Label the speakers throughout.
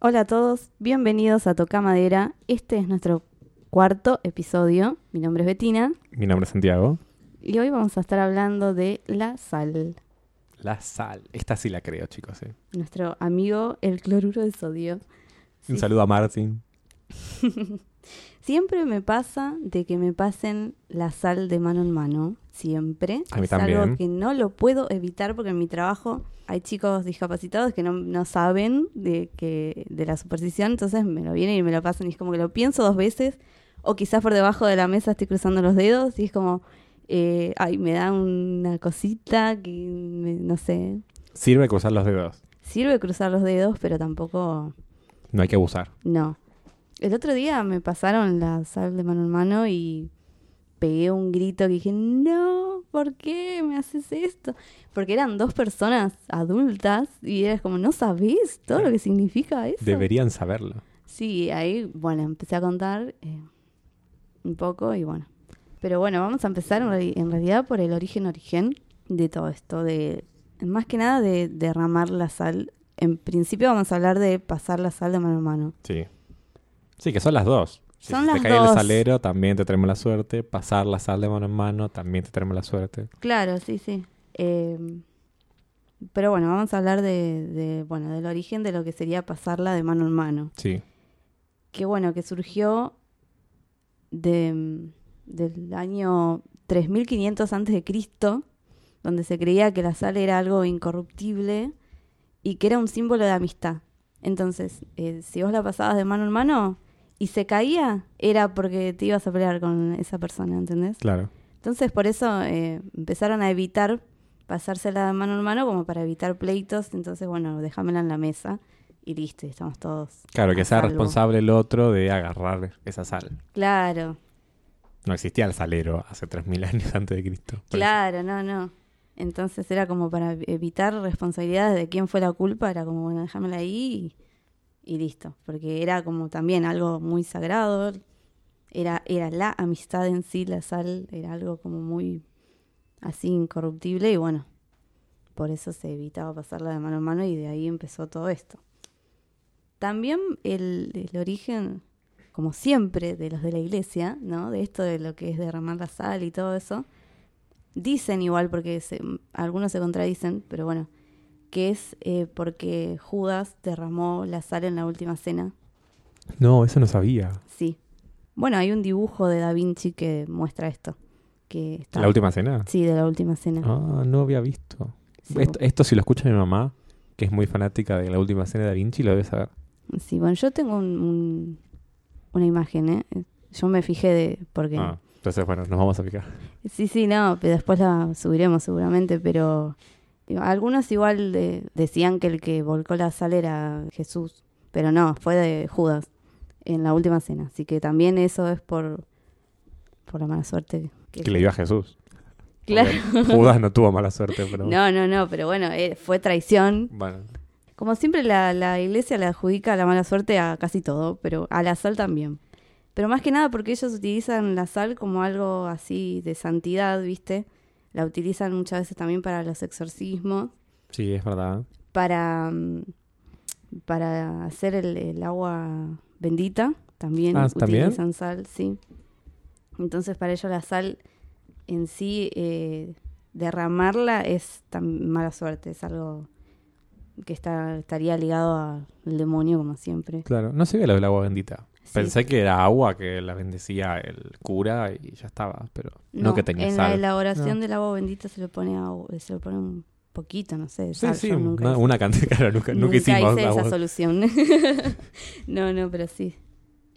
Speaker 1: Hola a todos, bienvenidos a Toca Madera. Este es nuestro cuarto episodio. Mi nombre es Betina
Speaker 2: Mi nombre es Santiago.
Speaker 1: y hoy vamos a estar hablando de la sal,
Speaker 2: La sal. Esta sí la creo, chicos. eh.
Speaker 1: nuestro amigo el cloruro de sodio. Sí.
Speaker 2: Un saludo a Martin.
Speaker 1: Siempre me pasa de que me pasen la sal de mano en mano, siempre.
Speaker 2: A mí
Speaker 1: es algo
Speaker 2: también.
Speaker 1: que no lo puedo evitar porque en mi trabajo hay chicos discapacitados que no, no saben de, que, de la superstición, entonces me lo vienen y me lo pasan y es como que lo pienso dos veces o quizás por debajo de la mesa estoy cruzando los dedos y es como, eh, ay, me da una cosita que me- no sé.
Speaker 2: Sirve cruzar los dedos.
Speaker 1: Sirve cruzar los dedos, pero tampoco...
Speaker 2: No hay que abusar.
Speaker 1: No. El otro día me pasaron la sal de mano en mano y pegué un grito que dije, no, ¿por qué me haces esto? Porque eran dos personas adultas y eras como, no sabés todo lo que significa eso.
Speaker 2: Deberían saberlo.
Speaker 1: Sí, ahí, bueno, empecé a contar eh, un poco y bueno. Pero bueno, vamos a empezar en, reali- en realidad por el origen, origen de todo esto, de más que nada de derramar la sal. En principio vamos a hablar de pasar la sal de mano en mano.
Speaker 2: Sí. Sí, que son las dos. Si
Speaker 1: Son
Speaker 2: se
Speaker 1: las
Speaker 2: te cae
Speaker 1: dos.
Speaker 2: el salero, también te traemos la suerte. Pasar la sal de mano en mano, también te traemos la suerte.
Speaker 1: Claro, sí, sí. Eh, pero bueno, vamos a hablar de, de, bueno, del origen de lo que sería pasarla de mano en mano.
Speaker 2: Sí.
Speaker 1: Que bueno, que surgió de, del año 3500 antes de Cristo, donde se creía que la sal era algo incorruptible y que era un símbolo de amistad. Entonces, eh, si vos la pasabas de mano en mano y se caía, era porque te ibas a pelear con esa persona, ¿entendés?
Speaker 2: Claro.
Speaker 1: Entonces, por eso eh, empezaron a evitar pasársela de mano en mano como para evitar pleitos. Entonces, bueno, déjamela en la mesa y listo, y estamos todos.
Speaker 2: Claro,
Speaker 1: a
Speaker 2: que sea
Speaker 1: salvo.
Speaker 2: responsable el otro de agarrar esa sal.
Speaker 1: Claro,
Speaker 2: No existía el salero hace 3.000 años antes de Cristo. Por
Speaker 1: claro, no, no. Entonces era como para evitar responsabilidades de quién fue la culpa, era como, bueno, déjamela ahí y, y listo. Porque era como también algo muy sagrado, era, era la amistad en sí, la sal, era algo como muy así incorruptible y bueno, por eso se evitaba pasarla de mano en mano y de ahí empezó todo esto. También el, el origen, como siempre, de los de la iglesia, ¿no? De esto de lo que es derramar la sal y todo eso, dicen igual, porque se- algunos se contradicen, pero bueno, que es eh, porque Judas derramó la sal en la última cena
Speaker 2: eso. No, eso no sabía.
Speaker 1: Sí. Bueno, hay un dibujo de Da Vinci que muestra esto. Que está-
Speaker 2: ¿La última cena?
Speaker 1: Sí, de la última cena.
Speaker 2: Ah, no había visto.
Speaker 1: Sí,
Speaker 2: Esto, esto si lo escucha mi mamá, que es muy fanática de la última cena de Da Vinci, lo debe saber.
Speaker 1: bu- sí, bueno, yo tengo un- un- una imagen, ¿eh? Yo me fijé de... porque...
Speaker 2: Ah, entonces, bueno, nos vamos a picar.
Speaker 1: Sí, sí, no, pero después la subiremos seguramente, pero... digo, Algunos igual de- decían que el que volcó la sal era Jesús, pero no, fue de Judas en la última cena. Así que también eso es por, por la mala suerte. que-
Speaker 2: Que le dio a Jesús.
Speaker 1: Claro.
Speaker 2: Porque Judas no tuvo mala suerte, pero.
Speaker 1: No, no, no, pero bueno, eh, fue traición
Speaker 2: Bueno,
Speaker 1: Como siempre, la, la iglesia le adjudica la mala suerte a casi todo, pero a la sal también. Pero más que nada porque ellos utilizan la sal como algo así de santidad, ¿viste? La utilizan muchas veces también para los exorcismos,
Speaker 2: sí, es verdad.
Speaker 1: para, mm, para hacer el, el agua bendita, también
Speaker 2: Ah, ¿también?
Speaker 1: utilizan sal, sí. Entonces para ellos la sal en sí, eh, derramarla es tan mala suerte, es algo que está, estaría ligado al demonio como siempre.
Speaker 2: Claro, no sabía lo del agua bendita.
Speaker 1: Sí.
Speaker 2: Pensé que era agua que la bendecía el cura y ya estaba, pero no, que tenía
Speaker 1: en la
Speaker 2: sal.
Speaker 1: elaboración
Speaker 2: No.
Speaker 1: del agua bendita se le pone agua- se le pone un poquito, no sé, de
Speaker 2: Sí,
Speaker 1: sal.
Speaker 2: sí,
Speaker 1: Yo nunca
Speaker 2: una,
Speaker 1: hice-
Speaker 2: una cantidad, claro, nunca, nunca hicimos
Speaker 1: hice
Speaker 2: agua.
Speaker 1: esa solución. no, no, pero sí.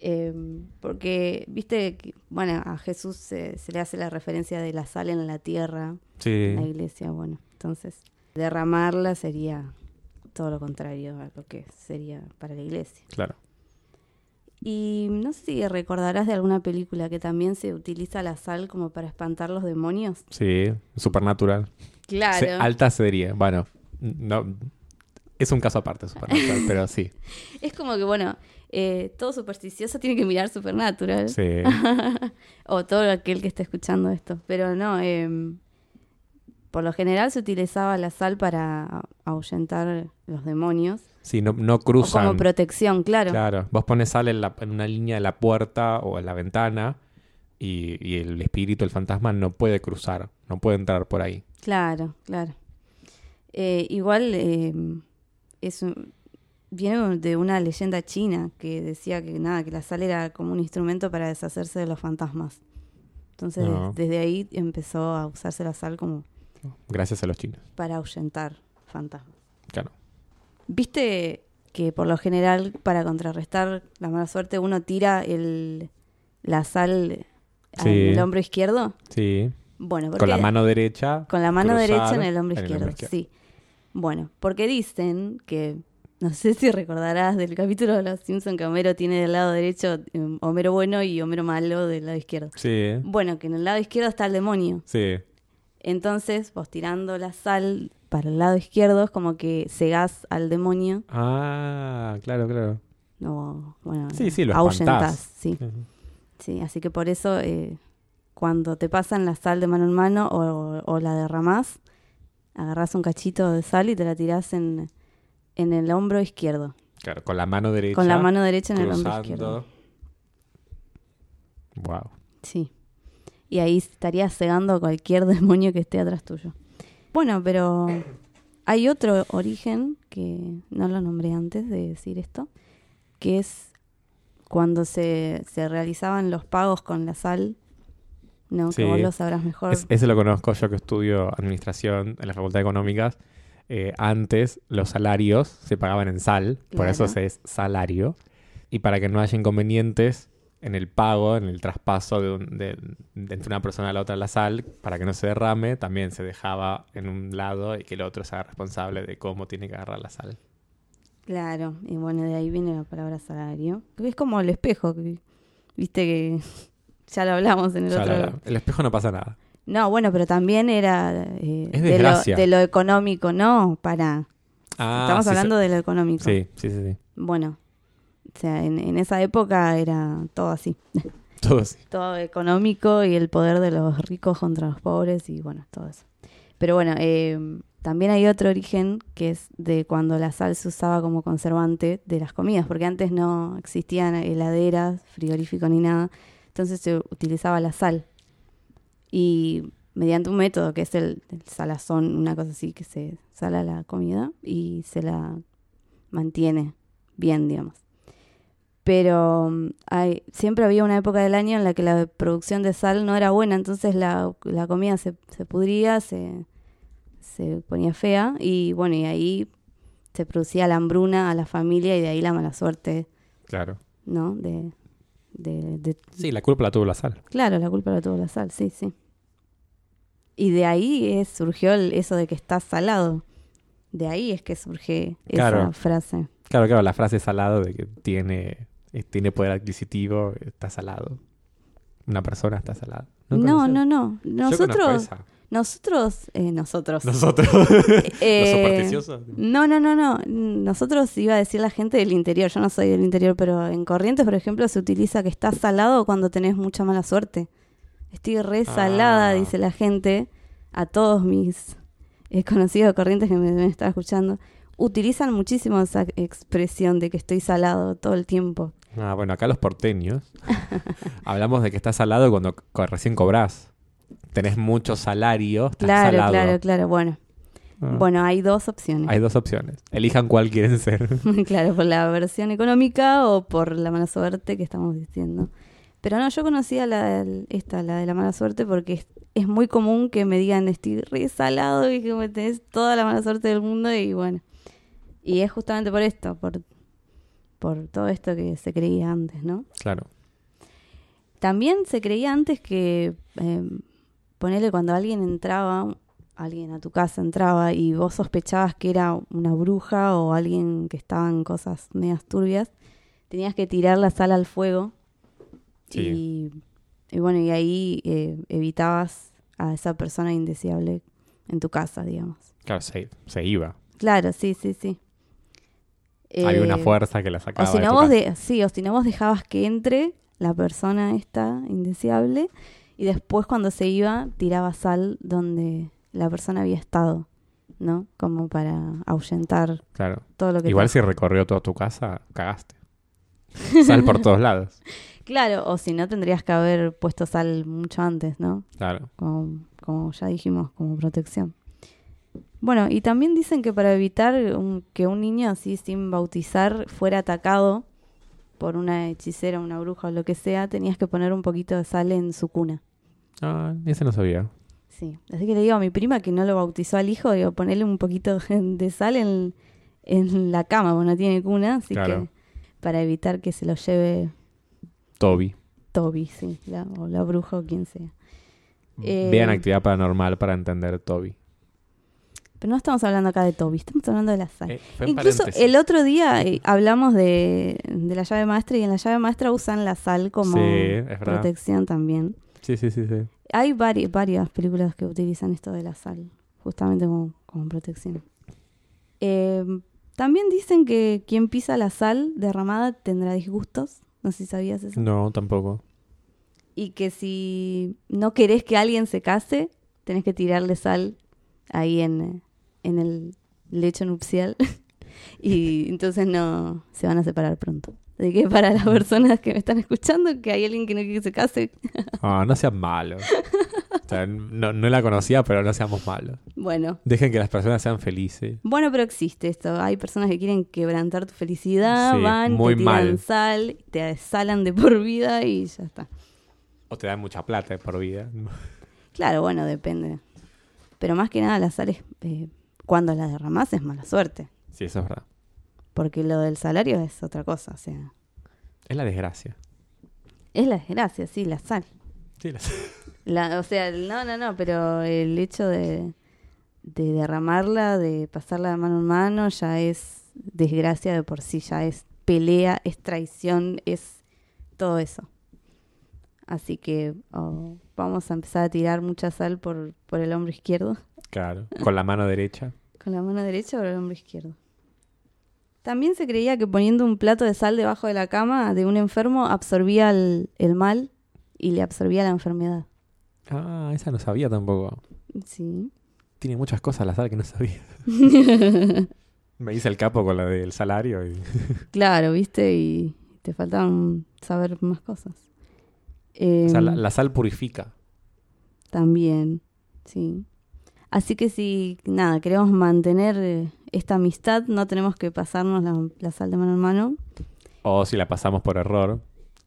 Speaker 1: Eh, porque, viste, que, bueno, a Jesús se, se le hace la referencia de la sal en la tierra, en la
Speaker 2: Sí,
Speaker 1: iglesia, bueno. Entonces, derramarla sería todo lo contrario a lo que sería para la iglesia.
Speaker 2: claro.
Speaker 1: Y no sé si recordarás de alguna película que también se utiliza la sal como para espantar los demonios.
Speaker 2: Sí, supernatural.
Speaker 1: Claro.
Speaker 2: Se- alta sería. Bueno, no. Es un caso aparte, supernatural, pero sí.
Speaker 1: Es como que, bueno, eh, todo supersticioso tiene que mirar Supernatural.
Speaker 2: Sí.
Speaker 1: o todo aquel que está escuchando esto. Pero no, eh, em, Por lo general se utilizaba la sal para ahuyentar los demonios.
Speaker 2: Sí, no, no
Speaker 1: O
Speaker 2: cruzan.
Speaker 1: como protección, claro.
Speaker 2: Claro, vos pones sal en, la- en una línea de la puerta o en la ventana y, y el espíritu, el fantasma, no puede cruzar, no puede entrar por ahí.
Speaker 1: Claro, claro. Eh, igual eh, es un- viene de una leyenda china que decía que nada, que la sal era como un instrumento para deshacerse de los fantasmas. Entonces,
Speaker 2: Ah.
Speaker 1: des- desde ahí empezó a usarse la sal como
Speaker 2: Gracias a los chinos.
Speaker 1: para ahuyentar fantasmas.
Speaker 2: Claro.
Speaker 1: ¿Viste que por lo general para contrarrestar la mala suerte uno tira el la sal
Speaker 2: Sí.
Speaker 1: en el hombro izquierdo?
Speaker 2: Sí.
Speaker 1: Bueno,
Speaker 2: Con la
Speaker 1: porque-
Speaker 2: mano derecha.
Speaker 1: Con la mano
Speaker 2: cruzar
Speaker 1: derecha en el hombro
Speaker 2: en el
Speaker 1: izquierdo,
Speaker 2: hombro
Speaker 1: sí. Bueno, porque dicen que, no sé si recordarás del capítulo de Los Simpson que Homero tiene del lado derecho eh, Homero bueno y Homero malo del lado izquierdo.
Speaker 2: Sí.
Speaker 1: Bueno, que en el lado izquierdo está el demonio.
Speaker 2: Sí.
Speaker 1: Entonces, vos tirando la sal para el lado izquierdo es como que cegás al demonio.
Speaker 2: Ah, claro, claro.
Speaker 1: O, bueno,
Speaker 2: Sí, sí, lo
Speaker 1: ahuyentás,
Speaker 2: espantás.
Speaker 1: sí. Sí, así que por eso eh, cuando te pasan la sal de mano en mano o, o la derramás, agarrás un cachito de sal y te la tirás en, en el hombro izquierdo,
Speaker 2: Claro, con la mano derecha.
Speaker 1: con la mano derecha en el hombro izquierdo.
Speaker 2: cruzando. Wow.
Speaker 1: Sí. Y ahí estarías cegando a cualquier demonio que esté atrás tuyo. Bueno, pero hay otro origen que no lo nombré antes de decir esto, que es cuando se, se realizaban los pagos con la sal. No,
Speaker 2: Sí.
Speaker 1: que vos lo sabrás mejor.
Speaker 2: Es- ese lo conozco yo que estudio administración en la Facultad de Económicas. Eh, antes los salarios se pagaban en sal, por eso
Speaker 1: Claro.
Speaker 2: se es salario. Y para que no haya inconvenientes en el pago, en el traspaso de, un- de- de entre una persona a la otra la sal, para que no se derrame, también se dejaba en un lado y que el otro sea responsable de cómo tiene que agarrar la sal.
Speaker 1: Claro, y bueno, de ahí viene la palabra salario. Que Es como el espejo, que- viste que ya lo hablamos en el
Speaker 2: Ya la-
Speaker 1: otro.
Speaker 2: la- el espejo no pasa nada.
Speaker 1: No, bueno, pero también era eh,
Speaker 2: Es
Speaker 1: de, lo,
Speaker 2: desgracia.
Speaker 1: de lo económico, no, para.
Speaker 2: Ah,
Speaker 1: Estamos
Speaker 2: sí,
Speaker 1: hablando de lo económico.
Speaker 2: Sí, sí, sí, sí.
Speaker 1: Bueno, o sea, en, en esa época era todo así,
Speaker 2: Todo así.
Speaker 1: todo económico y el poder de los ricos contra los pobres y bueno, todo eso. Pero bueno, eh, también hay otro origen que es de cuando la sal se usaba como conservante de las comidas, porque antes no existían heladeras, frigoríficos ni nada, entonces se utilizaba la sal. Y mediante un método que es el, el salazón, una cosa así, que se sala la comida y se la mantiene bien, digamos. Pero mm, hay- siempre había una época del año en la que la producción de sal no era buena, entonces la, la comida se, se pudría, se, se ponía fea y bueno, y ahí se producía la hambruna a la familia y de ahí la mala suerte,
Speaker 2: Claro.
Speaker 1: ¿no? De, de- de-
Speaker 2: Sí, la culpa la tuvo la sal.
Speaker 1: Claro, la culpa la tuvo la sal, sí, sí. Y de ahí es- surgió el- eso de que está salado. De ahí es que surge esa
Speaker 2: Claro.
Speaker 1: frase.
Speaker 2: Claro, claro, la frase salado de que tiene, eh, tiene poder adquisitivo, está salado. Una persona está salada.
Speaker 1: No,
Speaker 2: conocía?
Speaker 1: no, no.
Speaker 2: Yo conozco
Speaker 1: Nosotros,
Speaker 2: esa.
Speaker 1: nosotros, eh, nosotros.
Speaker 2: Nosotros. Los
Speaker 1: Eh,
Speaker 2: supersticiosos.
Speaker 1: No, no, no, no. Nosotros iba a decir la gente del interior. Yo no soy del interior, pero en Corrientes, por ejemplo, se utiliza que está salado cuando tenés mucha mala suerte. Estoy re
Speaker 2: Ah.
Speaker 1: salada, dice la gente, a todos mis eh, conocidos de Corrientes que me deben estar escuchando. Utilizan muchísimo esa expresión de que estoy salado todo el tiempo.
Speaker 2: Ah, bueno, acá los porteños. hablamos de que está salado cuando co- recién cobrás. Tenés mucho salario, estás
Speaker 1: Claro,
Speaker 2: salado.
Speaker 1: claro, claro. Bueno,
Speaker 2: Ah,
Speaker 1: bueno, hay dos opciones.
Speaker 2: Hay dos opciones. Elijan cuál quieren ser.
Speaker 1: claro, por la versión económica o por la mala suerte que estamos diciendo. Pero no, yo conocía la del- esta, la de la mala suerte, porque es, es muy común que me digan estoy re salado y que me tenés toda la mala suerte del mundo y bueno. Y es justamente por esto, por, por todo esto que se creía antes, ¿no?
Speaker 2: claro.
Speaker 1: También se creía antes que, eh, ponele cuando alguien entraba, alguien a tu casa entraba y vos sospechabas que era una bruja o alguien que estaba en cosas medias turbias, tenías que tirar la sal al fuego
Speaker 2: Sí.
Speaker 1: y, y bueno, y ahí eh, evitabas a esa persona indeseable en tu casa, digamos.
Speaker 2: Claro, se, se iba.
Speaker 1: Claro, sí, sí, sí.
Speaker 2: Había una
Speaker 1: Eh,
Speaker 2: fuerza que la
Speaker 1: o
Speaker 2: sacaba.
Speaker 1: si
Speaker 2: de
Speaker 1: no
Speaker 2: tu
Speaker 1: vos
Speaker 2: casa.
Speaker 1: de- sí, o si no vos dejabas que entre la persona esta indeseable y después cuando se iba tiraba sal donde la persona había estado, ¿no? Como para ahuyentar
Speaker 2: Claro.
Speaker 1: todo lo que...
Speaker 2: Igual
Speaker 1: trajo.
Speaker 2: si recorrió toda tu casa, cagaste. Sal por todos lados.
Speaker 1: Claro, o si no tendrías que haber puesto sal mucho antes, ¿no?
Speaker 2: Claro.
Speaker 1: Como, como ya dijimos, como protección. Bueno, y también dicen que para evitar un- que un niño así sin bautizar fuera atacado por una hechicera, una bruja o lo que sea, tenías que poner un poquito de sal en su cuna.
Speaker 2: Ah, ese no sabía.
Speaker 1: Sí, así que le digo a mi prima que no lo bautizó al hijo, digo, ponele un poquito de sal en, en la cama, porque no tiene cuna, así
Speaker 2: Claro.
Speaker 1: que para evitar que se lo lleve
Speaker 2: Toby.
Speaker 1: Toby, sí, la- o la bruja o quien sea. Eh,
Speaker 2: Vean actividad paranormal para entender Toby.
Speaker 1: Pero no estamos hablando acá de Toby, estamos hablando de la sal.
Speaker 2: Eh, fue en
Speaker 1: Incluso
Speaker 2: paréntesis.
Speaker 1: el otro día eh, hablamos de, de la llave maestra y en la llave maestra usan la sal como
Speaker 2: Sí, es verdad.
Speaker 1: protección también.
Speaker 2: Sí, sí, sí, sí.
Speaker 1: Hay vari- varias películas que utilizan esto de la sal, justamente como, como protección. Eh, también dicen que quien pisa la sal derramada tendrá disgustos, no sé si sabías eso.
Speaker 2: No, tampoco.
Speaker 1: Y que si no querés que alguien se case, tenés que tirarle sal ahí en, eh, en el lecho nupcial. y entonces no se van a separar pronto. Así que para
Speaker 2: Mm.
Speaker 1: las personas que me están escuchando, que hay alguien que no quiere que se case,
Speaker 2: Ah, no sean malos. O sea, no, no la conocía, pero no seamos malos.
Speaker 1: bueno,
Speaker 2: Dejen que las personas sean felices.
Speaker 1: Bueno, pero existe esto. Hay personas que quieren quebrantar tu felicidad,
Speaker 2: Sí,
Speaker 1: van,
Speaker 2: muy
Speaker 1: te tiran
Speaker 2: mal.
Speaker 1: sal, te salan de por vida y ya está.
Speaker 2: O te dan mucha plata por vida.
Speaker 1: Claro, bueno, depende. Pero más que nada la sal es, eh, cuando la derramás es mala suerte,
Speaker 2: Sí, eso es verdad.
Speaker 1: porque lo del salario es otra cosa, o sea,
Speaker 2: Es la desgracia.
Speaker 1: es la desgracia, sí, la sal.
Speaker 2: Sí, la-
Speaker 1: La- o sea, no, no, no, pero el hecho de, de derramarla, de pasarla de mano en mano, ya es desgracia de por sí, ya es pelea, es traición, es todo eso. Así que oh, vamos a empezar a tirar mucha sal por, por el hombro izquierdo.
Speaker 2: Claro. Con la mano derecha.
Speaker 1: Con la mano derecha por el hombro izquierdo. También se creía que poniendo un plato de sal debajo de la cama de un enfermo absorbía el- el mal y le absorbía la enfermedad.
Speaker 2: Ah, esa no sabía tampoco.
Speaker 1: Sí.
Speaker 2: Tiene muchas cosas al azar que no sabía. Me hice el capo con la del salario. y-
Speaker 1: Claro, viste, y te faltan saber más cosas.
Speaker 2: O sea, la,
Speaker 1: Em,
Speaker 2: la sal purifica.
Speaker 1: También, sí. Así que si, nada, queremos mantener eh, esta amistad, no tenemos que pasarnos la, la sal de mano en mano.
Speaker 2: O si la pasamos por error.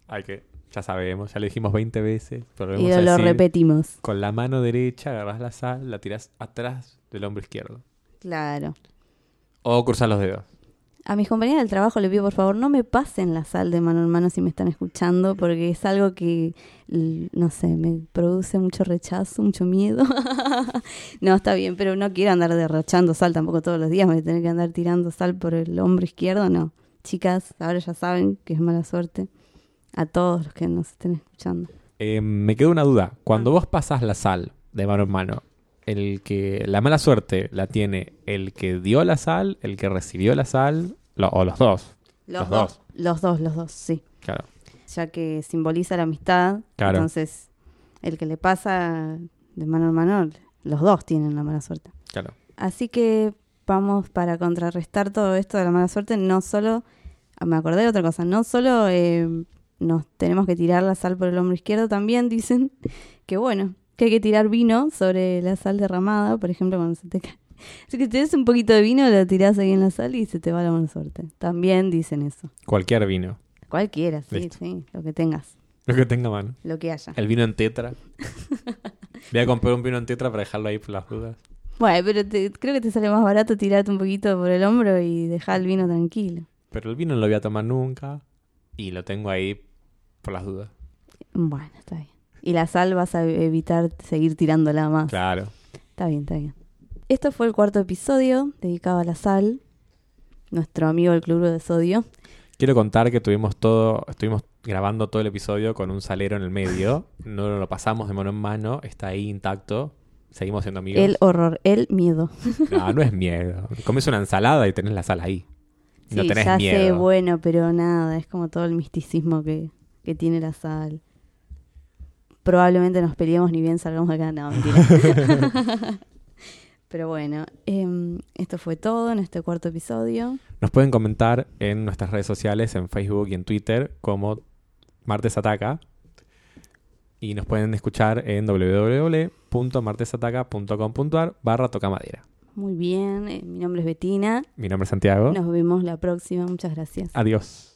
Speaker 2: Hay que, ya sabemos, ya lo dijimos 20 veces. volvemos
Speaker 1: Y
Speaker 2: a
Speaker 1: lo
Speaker 2: decir.
Speaker 1: repetimos.
Speaker 2: Con la mano derecha agarras la sal, la tiras atrás del hombro izquierdo.
Speaker 1: Claro.
Speaker 2: O cruzas los dedos.
Speaker 1: A mis compañeras del trabajo le pido por favor no me pasen la sal de mano en mano si me están escuchando, porque es algo que, l- no sé, me produce mucho rechazo, mucho miedo. no, está bien, pero no quiero andar derrochando sal tampoco todos los días, me voy a tener que andar tirando sal por el hombro izquierdo, no. Chicas, ahora ya saben que es mala suerte a todos los que nos estén escuchando.
Speaker 2: Eh, me quedó una duda. Cuando vos pasas la sal de mano en mano, el que la mala suerte la tiene el que dio la sal, el que recibió la sal, lo- o los dos. Los dos.
Speaker 1: Los dos, los dos, sí.
Speaker 2: Claro.
Speaker 1: ya que simboliza la amistad.
Speaker 2: Claro.
Speaker 1: Entonces, el que le pasa de mano en mano, los dos tienen la mala suerte.
Speaker 2: Claro.
Speaker 1: Así que vamos para contrarrestar todo esto de la mala suerte, no solo, ah, me acordé de otra cosa, no solo eh, nos tenemos que tirar la sal por el hombro izquierdo, también dicen que bueno, que hay que tirar vino sobre la sal derramada, por ejemplo, cuando se te cae. Así que si tienes un poquito de vino, lo tirás ahí en la sal y se te va la mala suerte. También dicen eso.
Speaker 2: Cualquier vino.
Speaker 1: Cualquiera, sí,
Speaker 2: Listo.
Speaker 1: sí, lo que tengas
Speaker 2: Lo que tenga a mano.
Speaker 1: lo que haya.
Speaker 2: El vino en tetra. Voy a comprar un vino en tetra para dejarlo ahí por las dudas.
Speaker 1: Bueno, pero te- creo que te sale más barato tirarte un poquito por el hombro y dejar el vino tranquilo.
Speaker 2: Pero el vino no lo voy a tomar nunca. Y lo tengo ahí por las dudas.
Speaker 1: Bueno, está bien. Y la sal vas a evitar seguir tirándola más.
Speaker 2: Claro.
Speaker 1: Está bien, está bien. Esto fue el cuarto episodio dedicado a la sal. Nuestro amigo el cloruro de sodio.
Speaker 2: Quiero contar que tuvimos todo, estuvimos grabando todo el episodio con un salero en el medio. No lo pasamos de mano en mano, está ahí intacto. Seguimos siendo amigos.
Speaker 1: El horror, el miedo.
Speaker 2: No, no es miedo. Comes una ensalada y tenés la sal ahí. No
Speaker 1: Sí,
Speaker 2: tenés
Speaker 1: ya sé,
Speaker 2: miedo.
Speaker 1: bueno, pero nada, es como todo el misticismo que, que tiene la sal. Probablemente nos peleemos ni bien salgamos de acá. No, mentira. Pero bueno, em, esto fue todo en este cuarto episodio.
Speaker 2: Nos pueden comentar en nuestras redes sociales, en Facebook y en Twitter, como Martes Ataca. Y nos pueden escuchar en www.martesataca.com.ar barra tocamadera.
Speaker 1: Muy bien, eh, mi nombre es Betina.
Speaker 2: Mi nombre es Santiago.
Speaker 1: Nos vemos la próxima. Muchas gracias.
Speaker 2: Adiós.